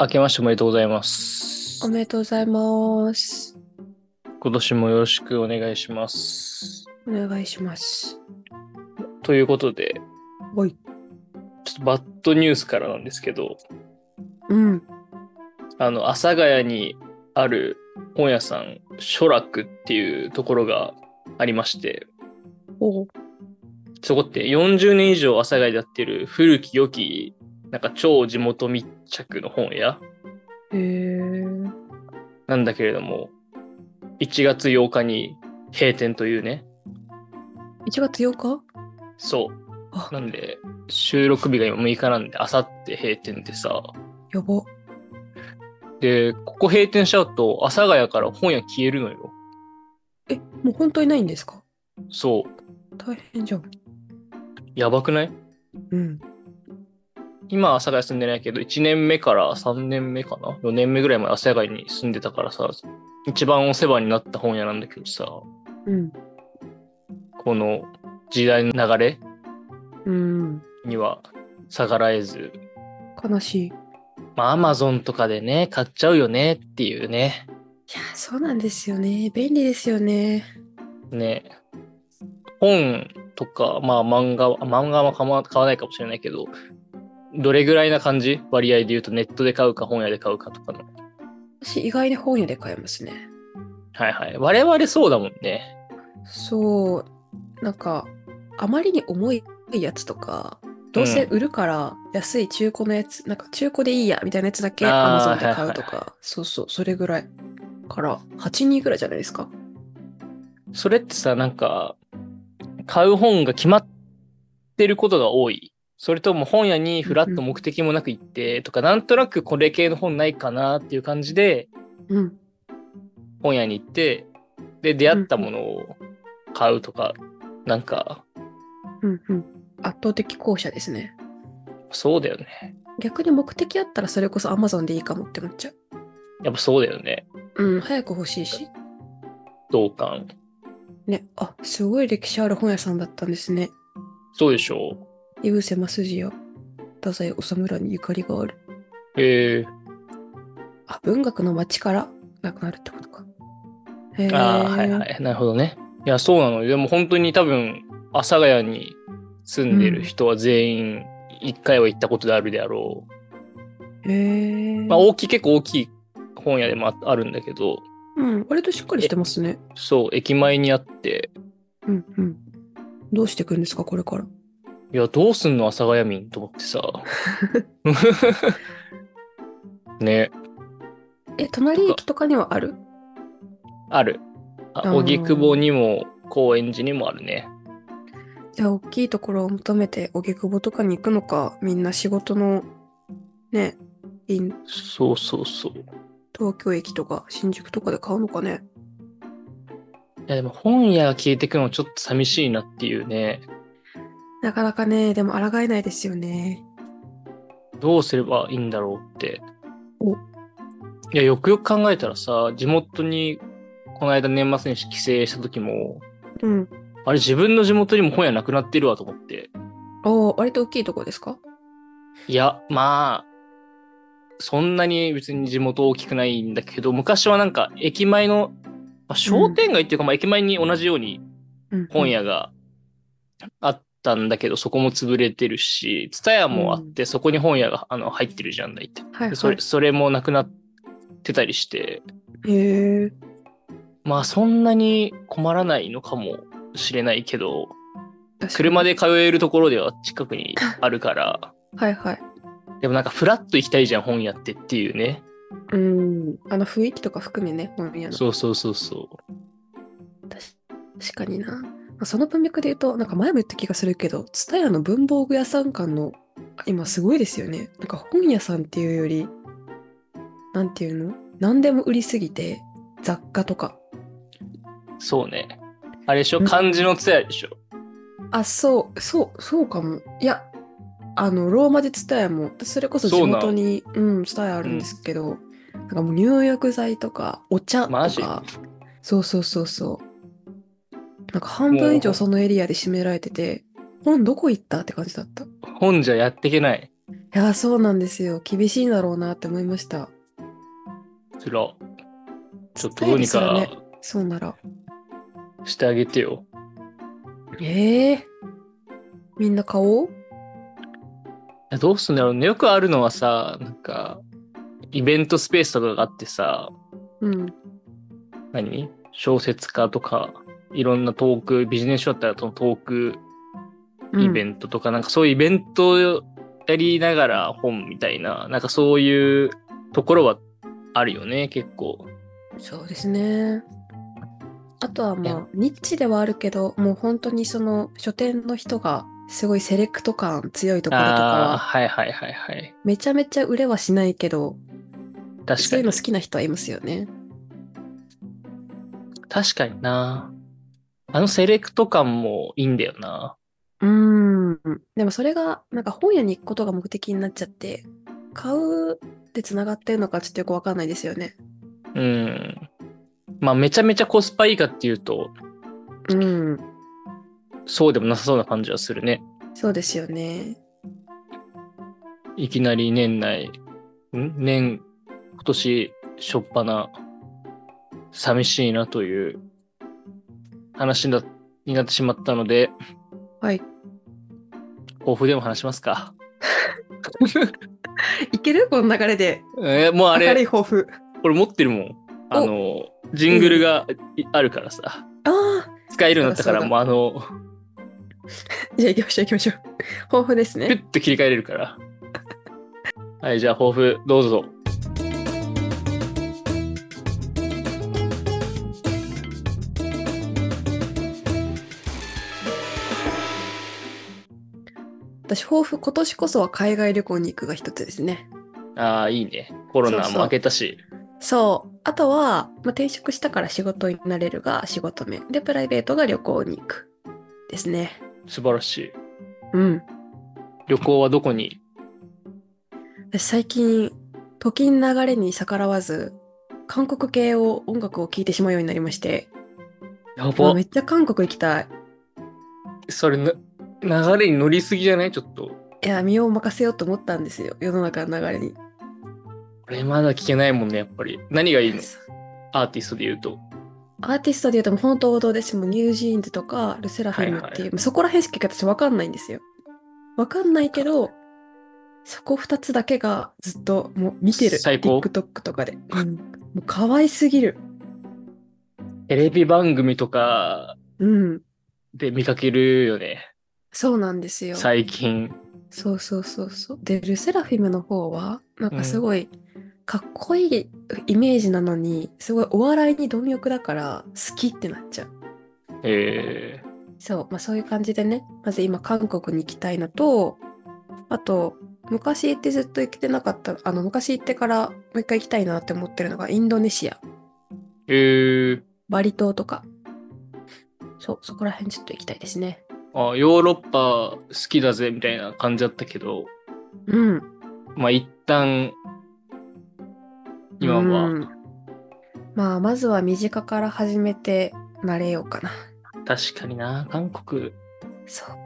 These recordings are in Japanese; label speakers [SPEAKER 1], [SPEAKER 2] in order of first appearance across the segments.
[SPEAKER 1] 明けましておめでとうございます
[SPEAKER 2] お。めでとうございます。
[SPEAKER 1] 今年もよろしくお願いします。
[SPEAKER 2] お願いします。
[SPEAKER 1] ということで、
[SPEAKER 2] はい。
[SPEAKER 1] ちょっとバッドニュースからなんですけど、
[SPEAKER 2] うん。
[SPEAKER 1] あの、阿佐ヶ谷にある本屋さん、書楽っていうところがありまして、
[SPEAKER 2] おう
[SPEAKER 1] そこって40年以上阿佐ヶ谷でやってる古き良き、なんか超地元密着の本屋
[SPEAKER 2] へえ。
[SPEAKER 1] なんだけれども、1月8日に閉店というね、
[SPEAKER 2] 1月8日
[SPEAKER 1] そ
[SPEAKER 2] あ
[SPEAKER 1] う。なんで、収録日が今6日なんで、あさって閉店でさ。
[SPEAKER 2] やば。
[SPEAKER 1] で、ここ閉店しちゃうと、阿佐ヶ谷から本屋消えるのよ。
[SPEAKER 2] え、もう本当にないんですか
[SPEAKER 1] そう。
[SPEAKER 2] 大変じゃん。
[SPEAKER 1] やばくない
[SPEAKER 2] うん。
[SPEAKER 1] 今、阿佐ヶ谷住んでないけど、1年目から3年目かな ?4 年目ぐらいまで阿佐ヶ谷に住んでたからさ、一番お世話になった本屋なんだけどさ、
[SPEAKER 2] うん。
[SPEAKER 1] この時代の流れ
[SPEAKER 2] うん。
[SPEAKER 1] には逆らえず、
[SPEAKER 2] 悲しい。い
[SPEAKER 1] まあ、アマゾンとかでね、買っちゃうよねっていうね。
[SPEAKER 2] や、そうなんですよね。便利ですよね。
[SPEAKER 1] ね本とか、まあ漫画は、漫画は買わ買わないかもしれないけど、どれぐらいな感じ割合で言うとネットで買うか本屋で買うかとかの。
[SPEAKER 2] 私、意外に本屋で買えますね。
[SPEAKER 1] はいはい。我々そうだもんね。
[SPEAKER 2] そう。なんか、あまりに重いやつとか、どうせ売るから安い中古のやつ、なんか中古でいいやみたいなやつだけ
[SPEAKER 1] あー
[SPEAKER 2] Amazon で買うとか、そうそう、それぐらいから、8人ぐらいじゃないですか。
[SPEAKER 1] それってさ、なんか、買う本が決まってることが多い。それとも本屋にフラッと目的もなく行ってとか、なんとなくこれ系の本ないかなっていう感じで、
[SPEAKER 2] うん。
[SPEAKER 1] 本屋に行って、で、出会ったものを買うとか、なんか、
[SPEAKER 2] うんうん。圧倒的後者ですね。
[SPEAKER 1] そうだよね。
[SPEAKER 2] 逆に目的あったらそれこそ Amazon でいいかもって思っちゃう。
[SPEAKER 1] やっぱそうだよね。
[SPEAKER 2] うん、早く欲しいし。
[SPEAKER 1] 同感。
[SPEAKER 2] ね、あ、すごい歴史ある本屋さんだったんですね。
[SPEAKER 1] そうでしょう。
[SPEAKER 2] 井伏正治や太宰治らにゆかりがある。
[SPEAKER 1] え
[SPEAKER 2] あ、文学の街からなくなるってことか。へ
[SPEAKER 1] ー、
[SPEAKER 2] ー
[SPEAKER 1] ああ、はいはい。なるほどね。いや、そうなのよ。でも本当に多分、阿佐ヶ谷に住んでる人は全員、一回は行ったことであるであろう。
[SPEAKER 2] へー
[SPEAKER 1] まあ、大きい、結構大きい本屋でもああるんだけど、
[SPEAKER 2] うん、割としっかりしてますね。
[SPEAKER 1] そう、駅前にあって、
[SPEAKER 2] うんうん。どうしていくんですか、これから。
[SPEAKER 1] いや、どうすんの、阿佐ヶ谷民と思ってさ。ね、
[SPEAKER 2] え、隣駅とかにはある
[SPEAKER 1] ある。
[SPEAKER 2] あ
[SPEAKER 1] あ
[SPEAKER 2] ー
[SPEAKER 1] 荻窪にも、高円寺にもあるね。
[SPEAKER 2] じゃあ、大きいところを求めて、荻窪とかに行くのか、みんな仕事の、ね、イン
[SPEAKER 1] そうそうそう。
[SPEAKER 2] 東京駅とか新宿とかで買うのかね。
[SPEAKER 1] いやでも本屋が消えてくのちょっと寂しいなっていうね。
[SPEAKER 2] なかなかね、でも抗えないですよね。
[SPEAKER 1] どうすればいいんだろうって。
[SPEAKER 2] お
[SPEAKER 1] いや、よくよく考えたらさ、地元にこの間年末年始帰省した時も、
[SPEAKER 2] うん。
[SPEAKER 1] あれ自分の地元にも本屋なくなってるわと思って。
[SPEAKER 2] おお、割と大きいとこですか
[SPEAKER 1] いや、まあ、そんなに別に地元大きくないんだけど、昔はなんか駅前の、まあ、商店街っていうか、まあ駅前に同じように
[SPEAKER 2] うん。
[SPEAKER 1] 本。屋があったんだけど、そこも潰れてるし、蔦屋もあって、そこに本屋があの入ってるじゃんだいって。
[SPEAKER 2] はい、
[SPEAKER 1] そ
[SPEAKER 2] は
[SPEAKER 1] れそれもなくなってたりして、
[SPEAKER 2] い。へえ。
[SPEAKER 1] まあそんなに困らないのかもしれないけど、車
[SPEAKER 2] で。
[SPEAKER 1] で通えるところでは近くにある から、
[SPEAKER 2] はいはい。
[SPEAKER 1] でもなんかフラッと行きたいじゃん、本屋ってっていうね。
[SPEAKER 2] うん。あの雰囲気とか含めね、本屋の。
[SPEAKER 1] そうそうそうそう。
[SPEAKER 2] 確かにな。まあその文脈で言うと、なんか前も言った気がするけど、蔦屋の文房具屋さん間の、あ今すごいですよね。なんか本屋さんっていうより、なんていうの何でも売りすぎて、雑貨とか。
[SPEAKER 1] そうね。あれでしょ
[SPEAKER 2] うん
[SPEAKER 1] 漢字の蔦屋でしょ
[SPEAKER 2] あ、そう、そう、そうかも。いや、あの、ローマで蔦屋も、私それこそ地
[SPEAKER 1] そうなん
[SPEAKER 2] 元に、うん、蔦屋あるんですけど、なんかもう入浴剤とか、お茶と
[SPEAKER 1] マジ
[SPEAKER 2] か、そうそうそうそう。なんか半分以
[SPEAKER 1] も
[SPEAKER 2] 上
[SPEAKER 1] う
[SPEAKER 2] そのエリアで占められてて、本どこ行ったって感じだった。
[SPEAKER 1] 本じゃやってけない。
[SPEAKER 2] いやー、そうなんですよ。厳しいんだろうなって思いました。
[SPEAKER 1] つら。ちょっとど
[SPEAKER 2] 伝え
[SPEAKER 1] う
[SPEAKER 2] る
[SPEAKER 1] に
[SPEAKER 2] すら
[SPEAKER 1] か
[SPEAKER 2] ねそうなら。
[SPEAKER 1] してあげてよ。
[SPEAKER 2] ええみんな買おう
[SPEAKER 1] いやどうすんだろうね。よくあるのはさ、なんか、イベントスペースとかがあってさ、
[SPEAKER 2] うん。
[SPEAKER 1] 何小説家とか、いろんなトーク、ビジネス書だったらそのトークイベ
[SPEAKER 2] ン
[SPEAKER 1] ントとか、なんかそういうイベントをやりながら本みたいな、なんかそういうところはあるよね、結構。
[SPEAKER 2] ト。そうですね。あとはいまあ
[SPEAKER 1] や、
[SPEAKER 2] ニッチではあるけど、もう本当にその書店の人がすごいセレクト感強いところとか
[SPEAKER 1] ああー、
[SPEAKER 2] は、
[SPEAKER 1] はいはいはいはい。
[SPEAKER 2] めちゃめちゃ売れはしないけど、
[SPEAKER 1] 確
[SPEAKER 2] そ
[SPEAKER 1] か
[SPEAKER 2] ういう
[SPEAKER 1] に
[SPEAKER 2] の。好きな人はいますよね。
[SPEAKER 1] 確かにな。あのセレクト感もいいんだよな。
[SPEAKER 2] うーん。でもそれが、なんか本屋に行くことが目的になっちゃって、買うでつながってるのかちょっとよくわかんないですよね。
[SPEAKER 1] うん。まあ、めちゃめちゃコスパいいかっていうと、
[SPEAKER 2] うん。
[SPEAKER 1] そうでもなさそうな感じはするね。
[SPEAKER 2] そうですよね。
[SPEAKER 1] いきなり年内、ん年、今年、しょっぱな、寂しいなという話になになってしまったので、
[SPEAKER 2] はい。
[SPEAKER 1] 抱負でも話しますか。
[SPEAKER 2] いけるこの流れで。
[SPEAKER 1] えーもうあ
[SPEAKER 2] 明る
[SPEAKER 1] れ、
[SPEAKER 2] い抱負。
[SPEAKER 1] これ持ってるもん。あの、ジングルがいあるからさ、
[SPEAKER 2] ああ。
[SPEAKER 1] 使えるようになったから、
[SPEAKER 2] そう
[SPEAKER 1] もうあの、
[SPEAKER 2] じゃあ行きましょう行きましょう。抱負です
[SPEAKER 1] ピュ
[SPEAKER 2] ね。
[SPEAKER 1] ッと切り替えれるから。はい、じゃあ抱負どうぞ。
[SPEAKER 2] 私、抱負、今年こそは海外旅行に行くが一つですね。
[SPEAKER 1] ああ、いいね。コロナ
[SPEAKER 2] そうそ
[SPEAKER 1] も
[SPEAKER 2] う
[SPEAKER 1] 明けたし。
[SPEAKER 2] そう。あとは、まあ、転職したから仕事になれるが仕事面。で、プライベートが旅行に行く。ですね。
[SPEAKER 1] 素晴らしい。
[SPEAKER 2] うん。
[SPEAKER 1] 旅行はどこに
[SPEAKER 2] 私、最近、時の流れに逆らわず、韓国系を音楽を聴いてしまうようになりまして、
[SPEAKER 1] や
[SPEAKER 2] うわ
[SPEAKER 1] ば
[SPEAKER 2] め。っちゃ韓国行きたい。
[SPEAKER 1] それな、流れに乗りすぎじゃないちょっと。
[SPEAKER 2] いや、身を任せようと思ったんですよ。世の中の流れに。
[SPEAKER 1] これまだ聞けないもんね、やっぱり。何がいいのアーティストで言うと。
[SPEAKER 2] アーティストで言うともう本当王道です。もうニュージーンズとかルセラフィムっていう、
[SPEAKER 1] はいはい
[SPEAKER 2] もうそこら辺しか私わかんないんですよ。わかんないけど、そこ二つだけがずっともう見てる。
[SPEAKER 1] 最高
[SPEAKER 2] TikTok とかで。うんもう可愛すぎる。
[SPEAKER 1] テレビ番組とか
[SPEAKER 2] うん。
[SPEAKER 1] で見かけるよね。
[SPEAKER 2] そうなんですよ。
[SPEAKER 1] 最近。
[SPEAKER 2] そうそうそうそう。で、ルセラフィムの方は、なんかすごい、かっこいいイメージなのに、すごいお笑いに貪欲だから、好きってなっちゃう。
[SPEAKER 1] え
[SPEAKER 2] そう、まあそういう感じでね、まず今韓国に行きたいのと、あと、昔行ってずっと行けてなかった、あの、昔行ってからもう一回行きたいなって思ってるのがインドネシア、
[SPEAKER 1] ー、えー、
[SPEAKER 2] バリ島とか。そう、そこら辺ちょっと行きたいですね。
[SPEAKER 1] あ、ヨーロッパ好きだぜみたいな感じだったけど、
[SPEAKER 2] うん。
[SPEAKER 1] まあ一旦、今は
[SPEAKER 2] うんまあ、まずは身近から始めて慣れようかな。
[SPEAKER 1] 確かにな、韓国、
[SPEAKER 2] そう。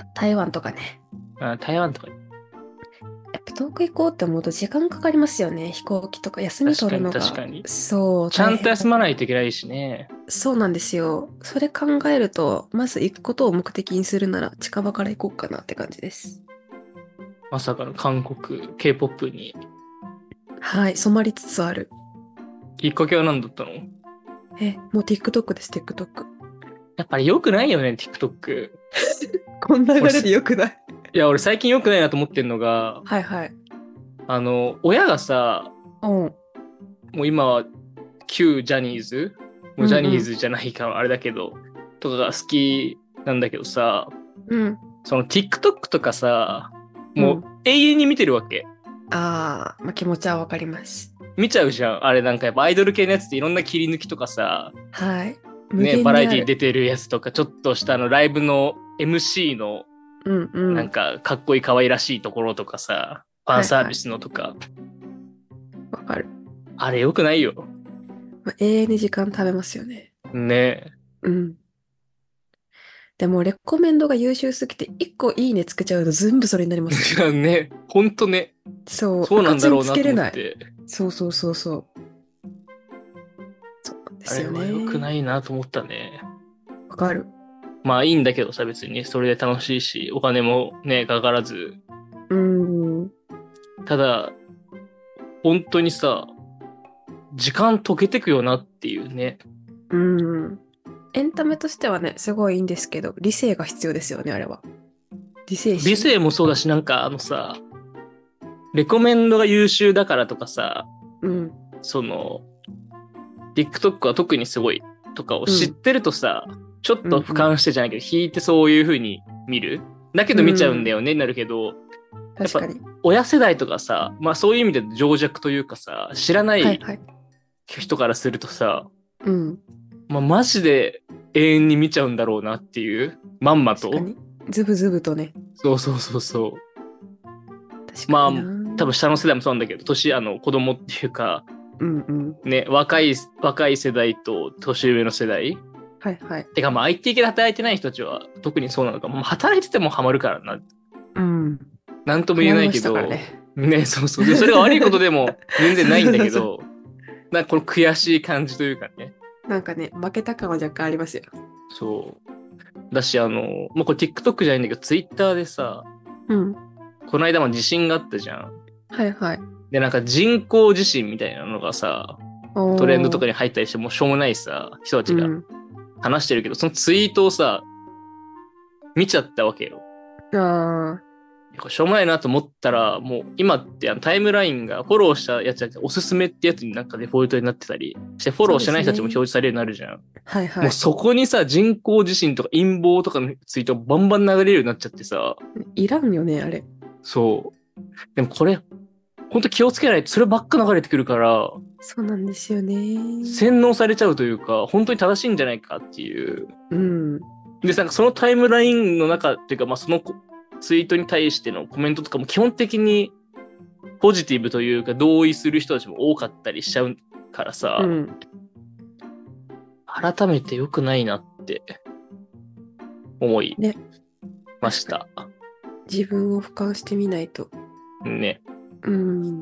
[SPEAKER 2] あ台湾とかね。
[SPEAKER 1] あ台湾とか、
[SPEAKER 2] やっぱ遠く行こうって思うと時間かかりますよね。飛行機とか休み
[SPEAKER 1] 確
[SPEAKER 2] 取
[SPEAKER 1] か
[SPEAKER 2] るの
[SPEAKER 1] に
[SPEAKER 2] が。
[SPEAKER 1] 確かに。
[SPEAKER 2] そう。
[SPEAKER 1] ちゃんと休ま
[SPEAKER 2] い
[SPEAKER 1] ないといけないしね。
[SPEAKER 2] そうなんですよ。それ考えると、まず行くことを目的にするなら近場から行こうかなって感じです。
[SPEAKER 1] まさかの韓国、K-POP に。
[SPEAKER 2] はい、染まりつつある。
[SPEAKER 1] きっかけは何だったの
[SPEAKER 2] え、もう TikTok です、TikTok。
[SPEAKER 1] やっぱり良くないよね、TikTok。
[SPEAKER 2] こんな流れでよくない。
[SPEAKER 1] いや、俺最近良くないなと思ってんのが、
[SPEAKER 2] はいはい。
[SPEAKER 1] あの、親がさ、
[SPEAKER 2] うん。
[SPEAKER 1] もう今は旧ジャニーズもうジャニーズじゃないからあれだけど、とかが好きなんだけどさ、
[SPEAKER 2] うん。
[SPEAKER 1] その TikTok とかさ、もう永遠に見てるわけ。
[SPEAKER 2] ああ、まあ、気持ちはわかります。
[SPEAKER 1] 見ちゃうじゃん。あれなんかやっぱアイドル系のやつっていろんな切り抜きとかさ、
[SPEAKER 2] はい。無限
[SPEAKER 1] ね、
[SPEAKER 2] に
[SPEAKER 1] バラエテ
[SPEAKER 2] あ
[SPEAKER 1] ィ
[SPEAKER 2] る
[SPEAKER 1] 出てるやつとか、ちょっとしたあのライブの MC の
[SPEAKER 2] うんうん。
[SPEAKER 1] なんかかっこいい可愛らしいところとかさ、ファンサービスのとか、
[SPEAKER 2] わかる。
[SPEAKER 1] あれ良くないよ。
[SPEAKER 2] まあ、永遠に時間食べますよね。
[SPEAKER 1] ね
[SPEAKER 2] うん。でもレコメンドが優秀すぎて1個いいねつけちゃうと全部それになります
[SPEAKER 1] いや ね、ほんとね、
[SPEAKER 2] そう
[SPEAKER 1] そうなんだろうな
[SPEAKER 2] つ
[SPEAKER 1] と
[SPEAKER 2] けれ
[SPEAKER 1] 思
[SPEAKER 2] な
[SPEAKER 1] っ
[SPEAKER 2] い
[SPEAKER 1] て。
[SPEAKER 2] そうそうそうそうそうなんで
[SPEAKER 1] あ
[SPEAKER 2] す
[SPEAKER 1] れ
[SPEAKER 2] よ
[SPEAKER 1] は
[SPEAKER 2] ね
[SPEAKER 1] 良くないなと思ったね。
[SPEAKER 2] わかる
[SPEAKER 1] まあいいんだけどさ、別にそれで楽しいし、お金もね、かからず。
[SPEAKER 2] うん
[SPEAKER 1] ただ、本当にさ、時間溶けてくよなっていうね。
[SPEAKER 2] うんエンタメとしてはねすごいいいんですけど理性が必要ですよねあれは理性心
[SPEAKER 1] 理性もそうだし、なんかあのさ、レコメンドが優秀だからとかさ、
[SPEAKER 2] うん
[SPEAKER 1] その、TikTok は特にすごいとかを知ってるとさ、ちょっと俯瞰してじゃないけど、引いてそういう風に見る。だけど見ちゃうんだよね、になるけど、
[SPEAKER 2] 確かに
[SPEAKER 1] 親世代とかさ、まあそういう意味で情弱というかさ、知らな
[SPEAKER 2] はい
[SPEAKER 1] い
[SPEAKER 2] はい
[SPEAKER 1] 人からするとさ、
[SPEAKER 2] うん
[SPEAKER 1] まあマジで永遠に見ちゃうんだろうなっていう、まんまと
[SPEAKER 2] 確。かにズブズブとね
[SPEAKER 1] そうそうそうそう。
[SPEAKER 2] 確かにな
[SPEAKER 1] 多分下の世代もそうなんだけど、年、あの、子供っていうか、
[SPEAKER 2] うんうん
[SPEAKER 1] ね、若い、若い世代と年上の世代。
[SPEAKER 2] はいはい
[SPEAKER 1] てか、まあ IT 系で働いてない人たちは特にそうなのかも。まあ働いててもハマるからな。
[SPEAKER 2] うん
[SPEAKER 1] なんとも言えないけど。
[SPEAKER 2] 困りましたからね
[SPEAKER 1] ね、そうそう。で、それが悪いことで も全然ないんだけど、なんかこの悔しい感じというかね。
[SPEAKER 2] なんかね、負けた感は若干ありますよ。
[SPEAKER 1] そう。だし、あの、まあ、これ TikTok じゃないんだけど、Twitter でさ、
[SPEAKER 2] うん。
[SPEAKER 1] この間も地震があったじゃん。
[SPEAKER 2] はいはい。
[SPEAKER 1] で、なんか人工地震みたいなのがさ、トレンドとか
[SPEAKER 2] に
[SPEAKER 1] に入ったりして、もうしょうもないさ、人たちが話してるけど、そのツイートをさ、見ちゃったわけよ。
[SPEAKER 2] うん、あ
[SPEAKER 1] これしょうもないなと思ったら、もう今ってあのタイムラインがフォローしたやつじゃなくて、おすすめってやつになんかデフォルトになってたりして、フォローしてない人たちも表示されるようになるじゃん。
[SPEAKER 2] ーはいは
[SPEAKER 1] も。
[SPEAKER 2] いう
[SPEAKER 1] そこにさ、人工地震とか陰謀とかのツイートバンバン流れるようになっちゃってさ、
[SPEAKER 2] いらんよね、あれ。
[SPEAKER 1] そう。でもこれ、ほんと気をつけないと、そればっか流れてくるから、
[SPEAKER 2] そうなんですよね。
[SPEAKER 1] 洗脳されちゃうというか、本当に正しいんじゃないかっていう。
[SPEAKER 2] うん。
[SPEAKER 1] で、なんかそのタイムラインの中っていうか、まあそのこツイートに対してのコメントとかも基本的にポジティブというか、同意する人たちも多かったりしちゃうからさ、
[SPEAKER 2] うん。
[SPEAKER 1] 改めて良くないなって思い
[SPEAKER 2] ね
[SPEAKER 1] ました。
[SPEAKER 2] 自分を俯瞰してみないと。
[SPEAKER 1] ね。
[SPEAKER 2] うん。